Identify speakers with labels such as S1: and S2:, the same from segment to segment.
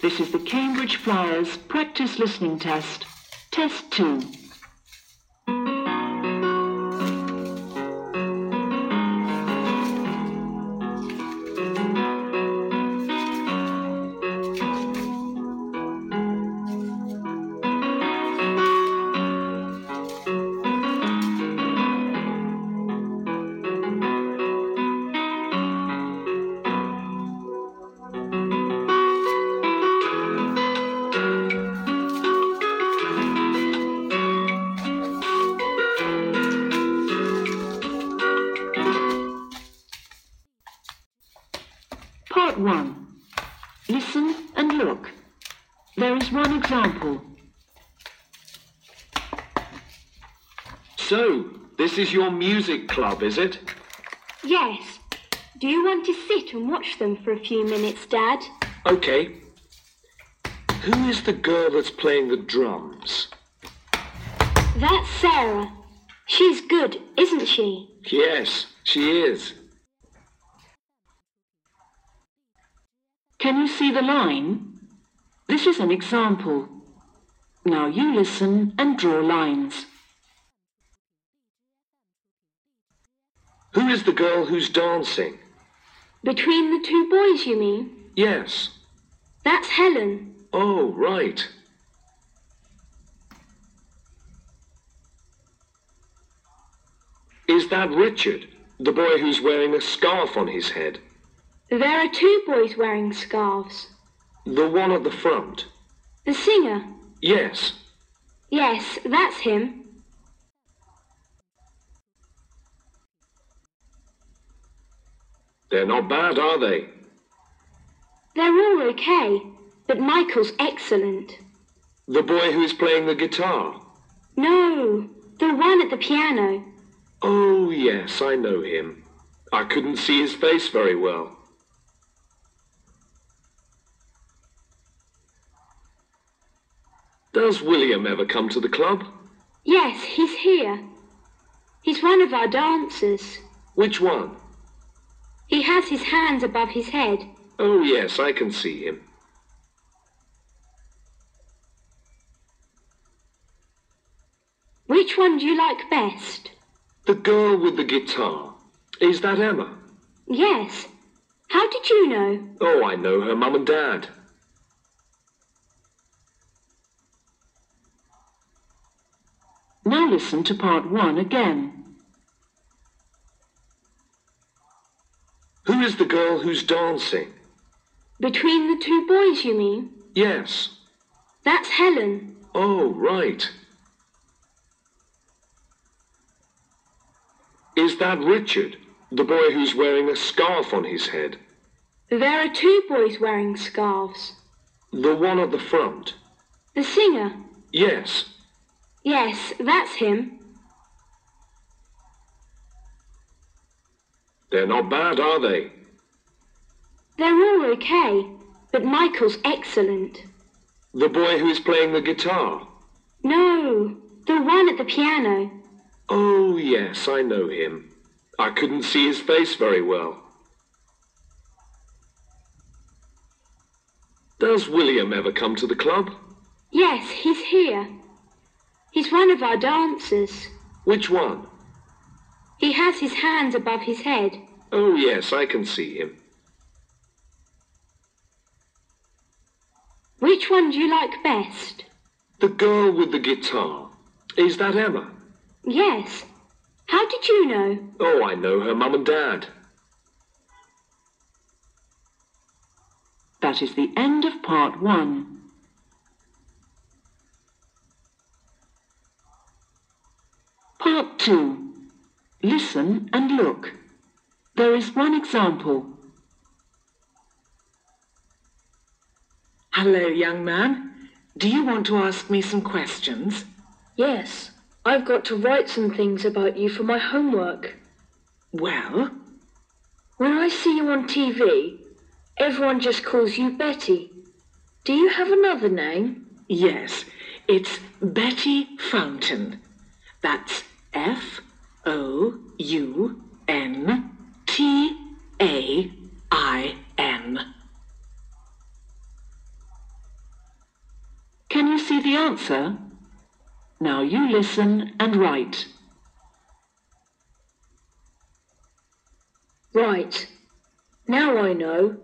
S1: This is the Cambridge Flyers practice listening test. Test 2. Part 1. Listen and look. There is one example.
S2: So, this is your music club, is it?
S3: Yes. Do you want to sit and watch them for a few minutes, Dad?
S2: Okay. Who is the girl that's playing the drums?
S3: That's Sarah. She's good, isn't she?
S2: Yes, she is.
S1: Can you see the line? This is an example. Now you listen and draw lines.
S2: Who is the girl who's dancing?
S3: Between the two boys, you mean?
S2: Yes.
S3: That's Helen.
S2: Oh, right. Is that Richard, the boy who's wearing a scarf on his head?
S3: There are two boys wearing scarves.
S2: The one at the front?
S3: The singer.
S2: Yes.
S3: Yes, that's him.
S2: They're not bad, are they?
S3: They're all okay, but Michael's excellent.
S2: The boy who's playing the guitar?
S3: No, the one at the piano.
S2: Oh, yes, I know him. I couldn't see his face very well. Does William ever come to the club?
S3: Yes, he's here. He's one of our dancers.
S2: Which one?
S3: He has his hands above his head.
S2: Oh, yes, I can see him.
S3: Which one do you like best?
S2: The girl with the guitar. Is that Emma?
S3: Yes. How did you know?
S2: Oh, I know her mum and dad.
S1: Now listen to part 1 again.
S2: Who is the girl who's dancing?
S3: Between the two boys, you mean?
S2: Yes.
S3: That's Helen.
S2: Oh, right. Is that Richard, the boy who's wearing a scarf on his head?
S3: There are two boys wearing scarves.
S2: The one at the front?
S3: The singer.
S2: Yes.
S3: Yes, that's him.
S2: They're not bad, are they?
S3: They're all okay, but Michael's excellent.
S2: The boy who is playing the guitar?
S3: No, the one at the piano.
S2: Oh, yes, I know him. I couldn't see his face very well. Does William ever come to the club?
S3: Yes, he's here. He's one of our dancers.
S2: Which one?
S3: He has his hands above his head.
S2: Oh, yes, I can see him.
S3: Which one do you like best?
S2: The girl with the guitar. Is that Emma?
S3: Yes. How did you know?
S2: Oh, I know her mum and dad.
S1: That is the end of part 1. Part 2. Listen and look. There is one example.
S4: Hello, young man. Do you want to ask me some questions?
S5: Yes, I've got to write some things about you for my homework.
S4: Well,
S5: When I see you on TV, everyone just calls you Betty. Do you have another name?
S4: yes, it's Betty Fountain. That's F O U N T A I N.
S1: see the answer? Now you listen and write.
S3: Right. Now I know.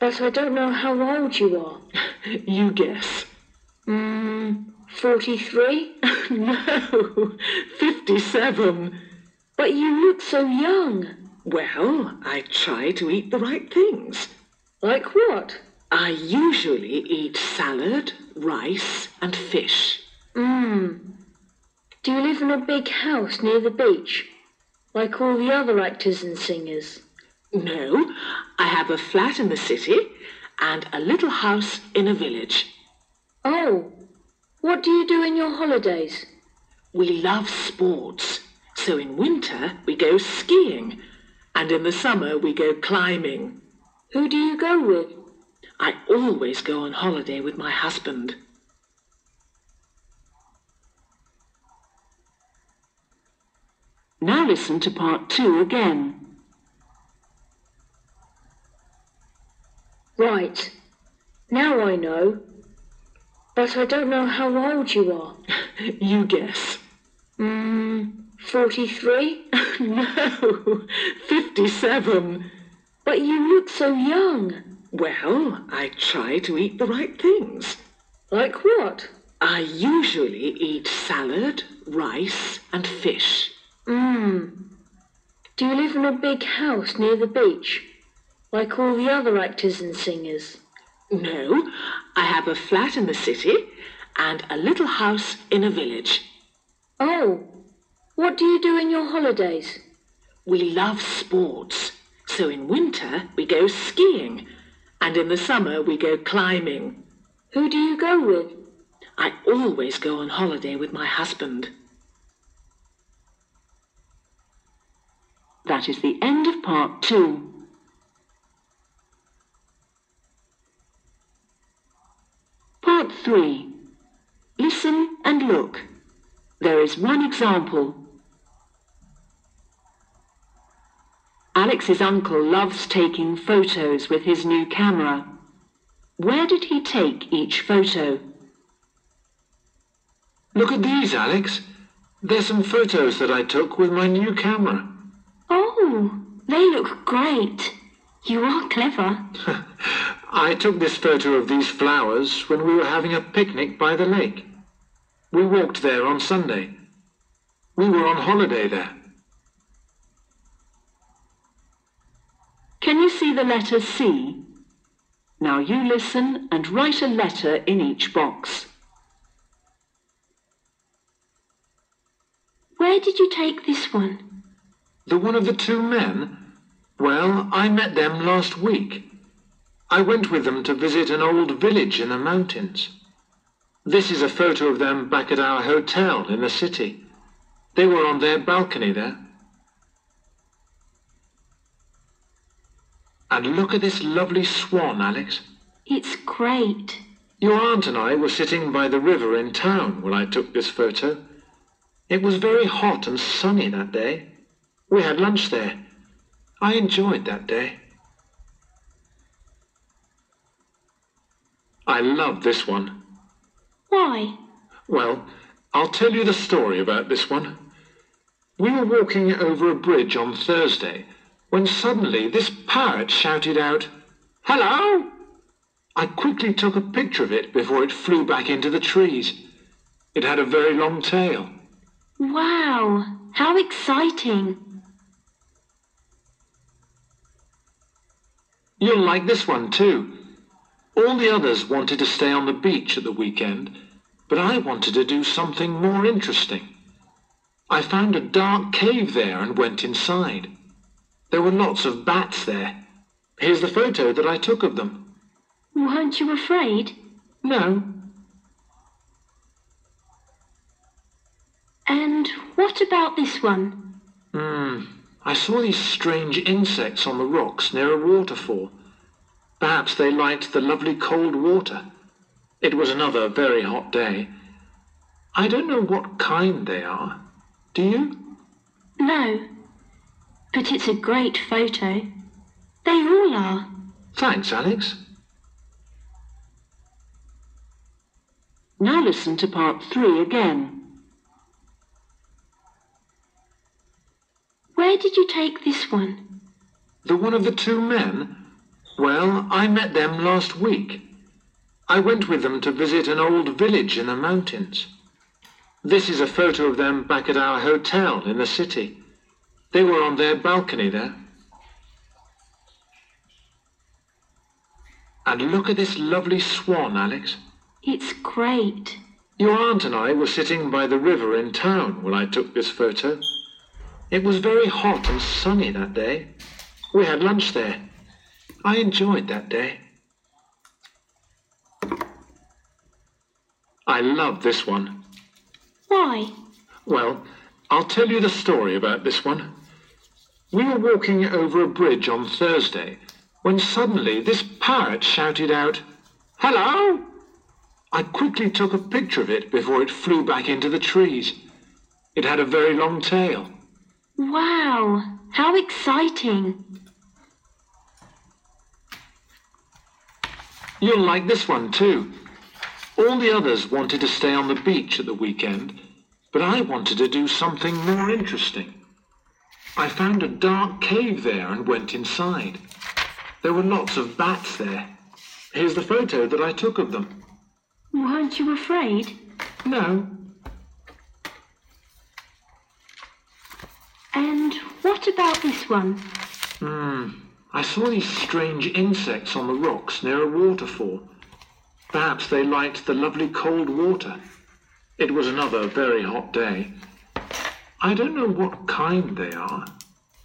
S3: But I don't know how old you are.
S1: You guess.
S5: Hmm,
S3: Mm, 43?
S1: no, 57.
S3: But you look so young.
S1: Well, I try to eat the right things.
S3: Like what?
S1: I usually eat salad, rice, and fish.
S3: Mmm. Do you live in a big house near the beach? Like all the other actors and singers?
S1: No, I have a flat in the city and a little house in a village.
S3: Oh, what do you do in your holidays?
S1: We love sports, so in winter we go skiing and in the summer we go climbing.
S3: Who do you go with?
S1: I always go on holiday with my husband. Now listen to part two again.
S3: Right. Now I know. But I don't know how old you are.
S1: you guess.
S3: Mmm, 43?
S1: no, 57.
S3: But you look so young.
S1: Well, I try to eat the right things.
S3: Like what?
S1: I usually eat salad, rice, and fish.
S3: Mmm. Do you live in a big house near the beach? Like all the other actors and singers?
S1: No, I have a flat in the city and a little house in a village.
S3: Oh, what do you do in your holidays?
S1: We love sports, so in winter we go skiing and in the summer we go climbing.
S3: Who do you go with?
S1: I always go on holiday with my husband. That is the end of part two. Part 3. Listen and look. There is one example. Alex's uncle loves taking photos with his new camera. Where did he take each photo?
S2: Look at these, Alex. There's some photos that I took with my new camera.
S6: Oh, they look great. You are clever.
S2: I took this photo of these flowers when we were having a picnic by the lake. We walked there on Sunday. We were on holiday there.
S1: Can you see the letter C? Now you listen and write a letter in each box.
S6: Where did you take this one?
S2: The one of the two men? Well, I met them last week. I went with them to visit an old village in the mountains. This is a photo of them back at our hotel in the city. They were on their balcony there. And look at this lovely swan, Alex.
S6: It's great.
S2: Your aunt and I were sitting by the river in town when I took this photo. It was very hot and sunny that day. We had lunch there. I enjoyed that day. I love this one.
S6: Why?
S2: Well, I'll tell you the story about this one. We were walking over a bridge on Thursday when suddenly this parrot shouted out, Hello! I quickly took a picture of it before it flew back into the trees. It had a very long tail.
S6: Wow, how exciting.
S2: You'll like this one too. All the others wanted to stay on the beach at the weekend, but I wanted to do something more interesting. I found a dark cave there and went inside. There were lots of bats there. Here's the photo that I took of them.
S6: Weren't you afraid?
S2: No.
S6: And what about this one?
S2: Hmm. I saw these strange insects on the rocks near a waterfall. Perhaps they liked the lovely cold water. It was another very hot day. I don't know what kind they are. Do you?
S6: No, but it's a great photo. They all are.
S2: Thanks, Alex.
S1: Now listen to part three again.
S7: Where did you take this one?
S2: The one of the two men? Well, I met them last week. I went with them to visit an old village in the mountains. This is a photo of them back at our hotel in the city. They were on their balcony there. And look at this lovely swan, Alex.
S7: It's great.
S2: Your aunt and I were sitting by the river in town when I took this photo. It was very hot and sunny that day. We had lunch there. I enjoyed that day. I love this one.
S7: Why?
S2: Well, I'll tell you the story about this one. We were walking over a bridge on Thursday when suddenly this parrot shouted out, Hello! I quickly took a picture of it before it flew back into the trees. It had a very long tail.
S7: Wow, how exciting.
S2: You'll like this one too. All the others wanted to stay on the beach at the weekend, but I wanted to do something more interesting. I found a dark cave there and went inside. There were lots of bats there. Here's the photo that I took of them.
S7: Weren't you afraid?
S2: No,
S7: And what about this one?
S2: I saw these strange insects on the rocks near a waterfall. Perhaps they liked the lovely cold water. It was another very hot day. I don't know what kind they are.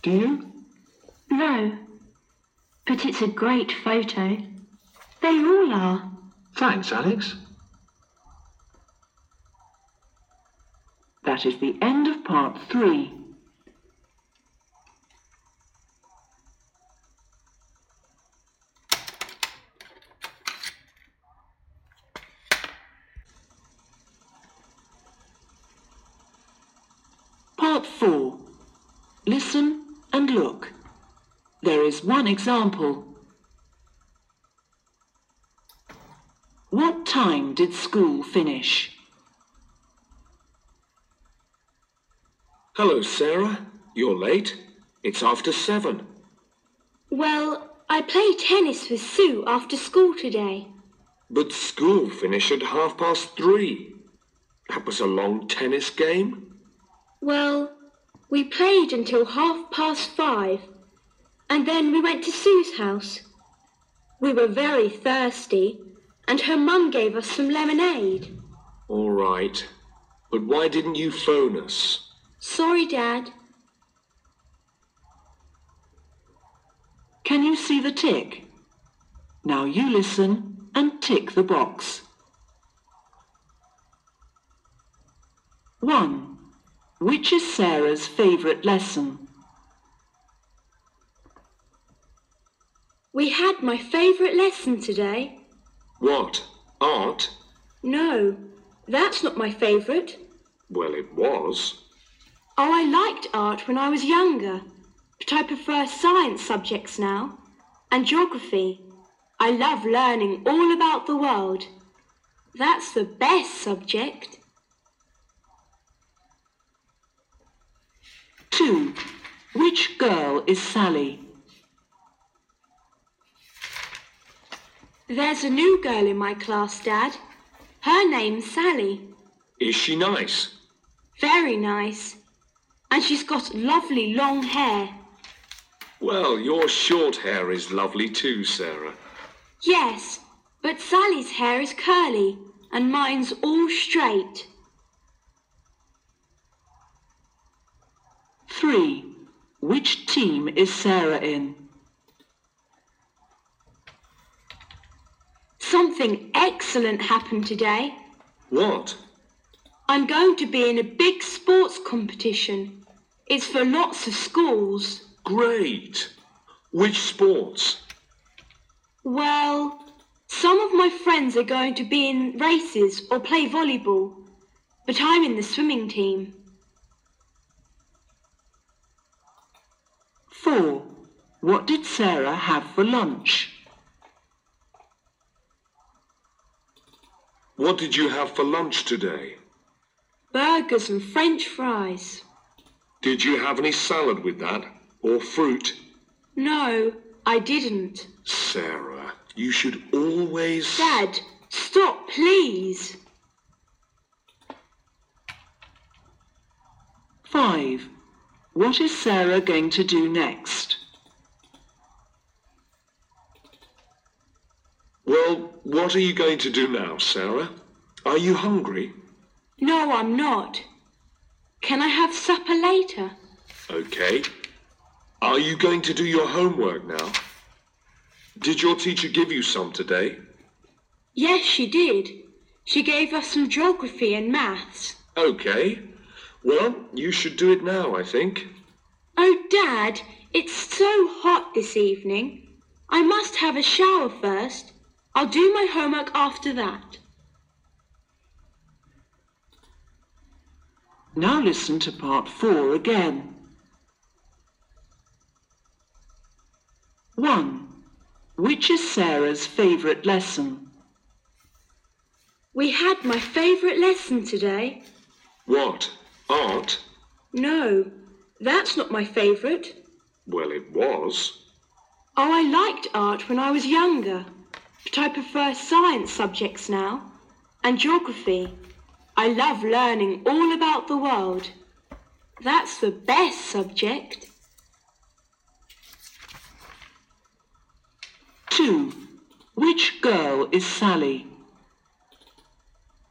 S2: Do you?
S7: No. But it's a great photo. They all are.
S2: Thanks, Alex.
S1: That is the end of part three.
S8: Part 4. Listen and look. There is one example. What time did school finish?
S9: Hello, Sarah. You're late. It's after seven.
S3: Well, I played tennis with Sue after school today.
S9: But school finished at half past three. That was a long tennis game.
S3: Well, we played until half past five, and then we went to Sue's house. We were very thirsty, and her mum gave us some lemonade.
S9: All right. But why didn't you phone us?
S3: Sorry, Dad.
S8: Can you see the tick? Now you listen and tick the box. 1. Which is Sarah's favourite lesson?
S3: We had my favourite lesson today.
S9: What? Art?
S3: No, that's not my favourite.
S9: Well, it was.
S3: Oh, I liked art when I was younger, but I prefer science subjects now and geography. I love learning all about the world. That's the best subject.
S8: 2. Which girl is Sally?
S3: There's a new girl in my class, Dad. Her name's Sally.
S9: Is she nice?
S3: Very nice. And she's got lovely long hair.
S9: Well, your short hair is lovely too, Sarah.
S3: Yes, but Sally's hair is curly and mine's all straight.
S8: 3. Which team is Sarah in?
S3: Something excellent happened today.
S9: What?
S3: I'm going to be in a big sports competition. It's for lots of schools.
S9: Great. Which sports?
S3: Well, some of my friends are going to be in races or play volleyball, but I'm in the swimming team.
S8: 4. What did Sarah have for lunch?
S2: What did you have for lunch today?
S3: Burgers and french fries.
S2: Did you have any salad with that? Or fruit?
S3: No, I didn't.
S2: Sarah, you should always.
S3: Dad, stop, please.
S1: 5. What is Sarah going to do next?
S2: Well, what are you going to do now, Sarah? Are you hungry?
S3: No, I'm not. Can I have supper later?
S2: Okay. Are you going to do your homework now? Did your teacher give you some today?
S3: Yes, she did. She gave us some geography and maths.
S2: Okay. Well, you should do it now, I think.
S3: Oh, Dad, it's so hot this evening. I must have a shower first. I'll do my homework after that.
S1: Now listen to part four again. 1. Which is Sarah's favourite lesson?
S10: We had my favourite lesson today.
S2: What? Art?
S10: No, that's not my favourite.
S2: Well, it was.
S3: Oh, I liked art when I was younger, but I prefer science subjects now and geography. I love learning all about the world. That's the best subject.
S1: 2. Which girl is Sally?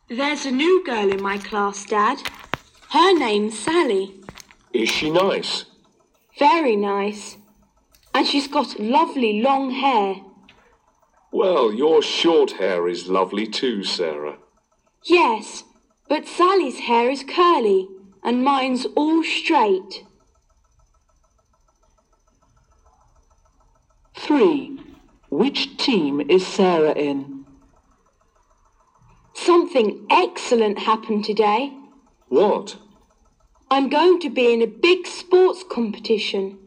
S3: There's a new girl in my class, Dad. Her name's Sally.
S2: Is she nice?
S3: Very nice. And she's got lovely long hair.
S2: Well, your short hair is lovely too, Sarah.
S3: Yes, but Sally's hair is curly and mine's all straight.
S1: 3. Which team is Sarah in?
S3: Something excellent happened today.
S2: What?
S3: I'm going to be in a big sports competition.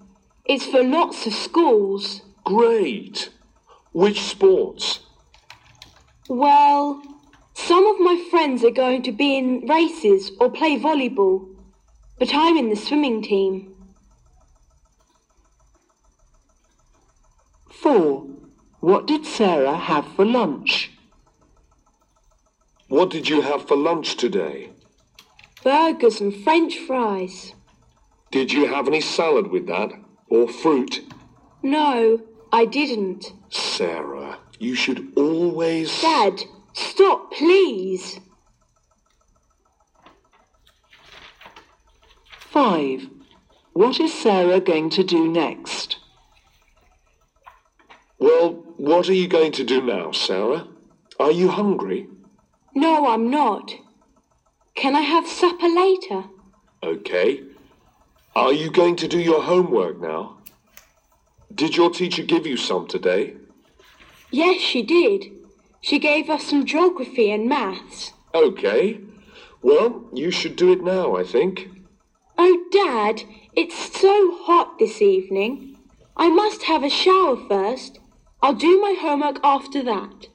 S3: It's for lots of schools.
S2: Great. Which sports?
S3: Well, some of my friends are going to be in races or play volleyball, but I'm in the swimming team.
S1: 4. What did Sarah have for lunch?
S2: What did you have for lunch today?
S3: Burgers and french fries.
S2: Did you have any salad with that? Or fruit?
S3: No, I didn't.
S2: Sarah, you should always.
S3: Dad, stop, please.
S1: 5. What is Sarah going to do next?
S2: Well, what are you going to do now, Sarah? Are you hungry?
S3: No, I'm not. Can I have supper later?
S2: Okay. Are you going to do your homework now? Did your teacher give you some today?
S3: Yes, she did. She gave us some geography and maths.
S2: Okay. Well, you should do it now, I think.
S3: Oh, Dad, it's so hot this evening. I must have a shower first. I'll do my homework after that.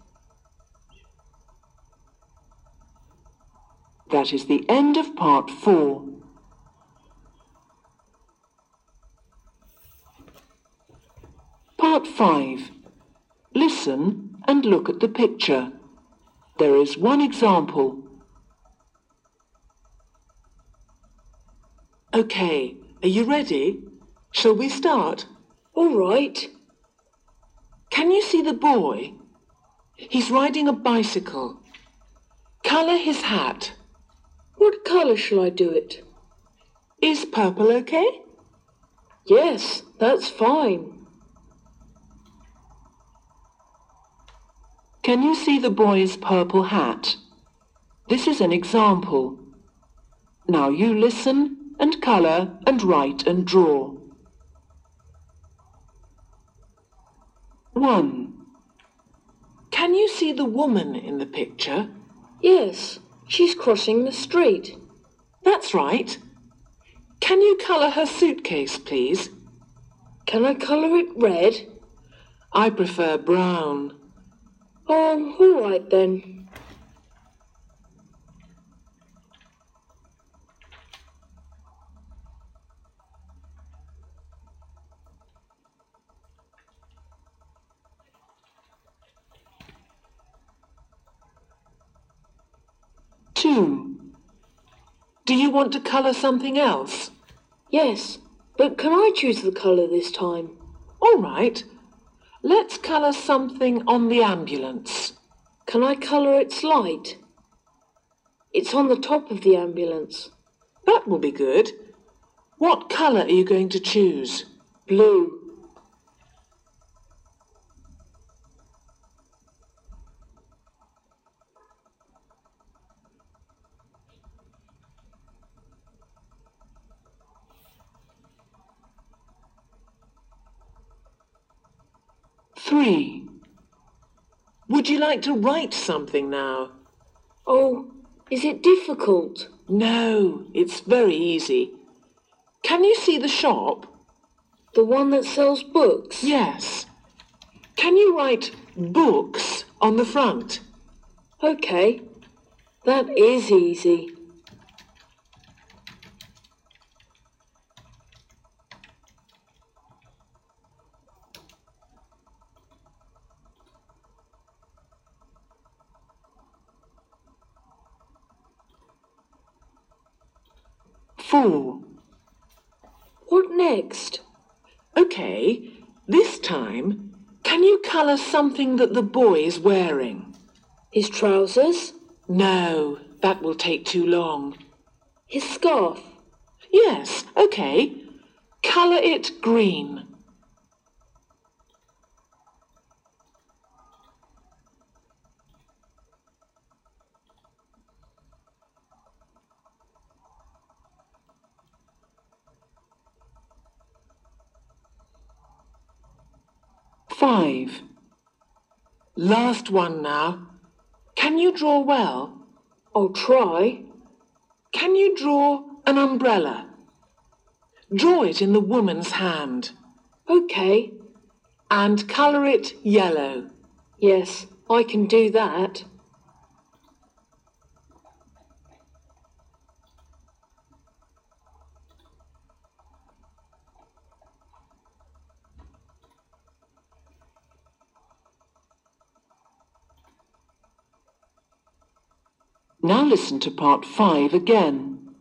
S1: That is the end of part four. Part five. Listen and look at the picture. There is one example.
S11: Okay, are you ready? Shall we start?
S12: All right.
S11: Can you see the boy? He's riding a bicycle. Colour his hat.
S12: What colour shall I do it?
S11: Is purple okay?
S12: Yes, that's fine.
S1: Can you see the boy's purple hat? This is an example. Now you listen and colour and write and draw. 1.
S11: Can you see the woman in the picture?
S12: Yes, she's crossing the street.
S11: That's right. Can you colour her suitcase, please?
S12: Can I colour it red?
S11: I prefer brown.
S12: Oh, all right then.
S1: tune. Do you want to colour something else?
S3: Yes, but can I choose the colour this time?
S1: All right. Let's colour something on the ambulance.
S3: Can I colour its light? It's on the top of the ambulance.
S1: That will be good. What colour are you going to choose?
S3: Blue.
S1: Three. Would you like to write something now?
S3: Oh, is it difficult?
S1: No, it's very easy. Can you see the shop?
S3: The one that sells books?
S1: Yes. Can you write books on the front?
S3: Okay, that is easy.
S1: Four.
S3: What next?
S1: Okay, this time, can you colour something that the boy is wearing?
S3: His trousers?
S1: No, that will take too long.
S3: His scarf?
S1: Yes, okay. Colour it green. Five. Last one now. Can you draw well? Oh,
S3: I'll try.
S1: Can you draw an umbrella? Draw it in the woman's hand
S3: Okay,
S1: and colour it yellow.
S3: yes, I can do that.
S13: Now listen to part five again.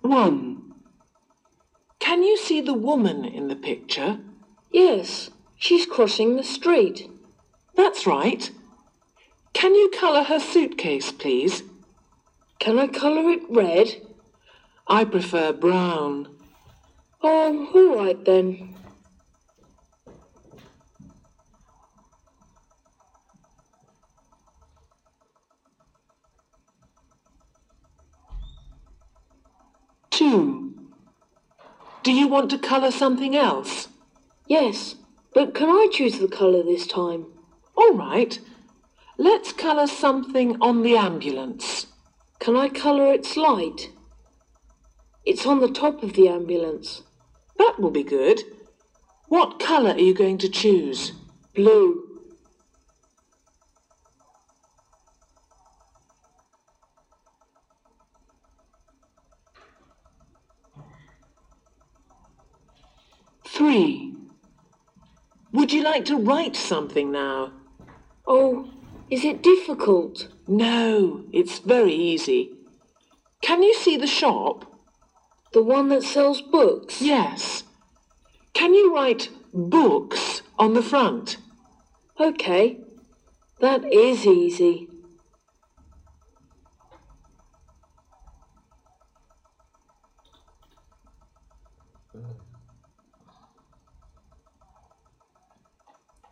S1: One. Can you see the woman in the picture?
S3: Yes, she's crossing the street.
S1: That's right. Can you colour her suitcase, please?
S3: Can I colour it red?
S1: I prefer brown.
S3: Oh, all right then.
S1: Two. Do you want to colour something else?
S3: Yes, but can I choose the colour this time?
S1: All right. Let's colour something on the ambulance.
S3: Can I colour its light? It's on the top of the ambulance.
S1: That will be good. What colour are you going to choose?
S3: Blue.
S1: Three. Would you like to write something now?
S3: Oh, is it difficult?
S1: No, it's very easy. Can you see the shop?
S3: The one that sells books?
S1: Yes. Can you write books on the front?
S3: Okay, that is easy.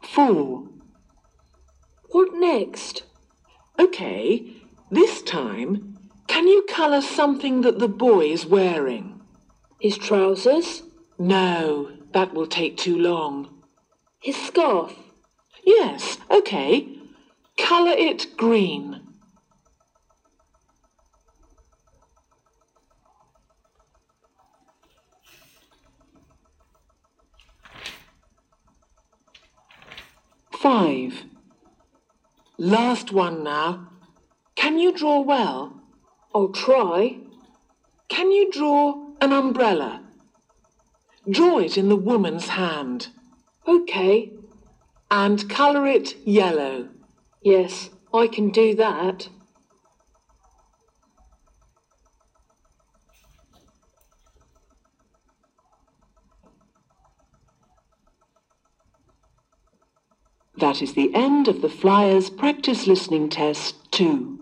S1: Four.
S3: What next?
S1: Okay, this time, can you colour something that the boy is wearing?
S3: His trousers?
S1: No, that will take too long.
S3: His scarf?
S1: Yes, okay. Colour it green. Five. Last one now. Can you draw well?
S3: I'll try.
S1: Can you draw an umbrella? Draw it in the woman's hand
S3: Okay,
S1: and colour it yellow.
S3: yes, I can do that.
S1: That is the end of the Flyers Practice Listening Test 2.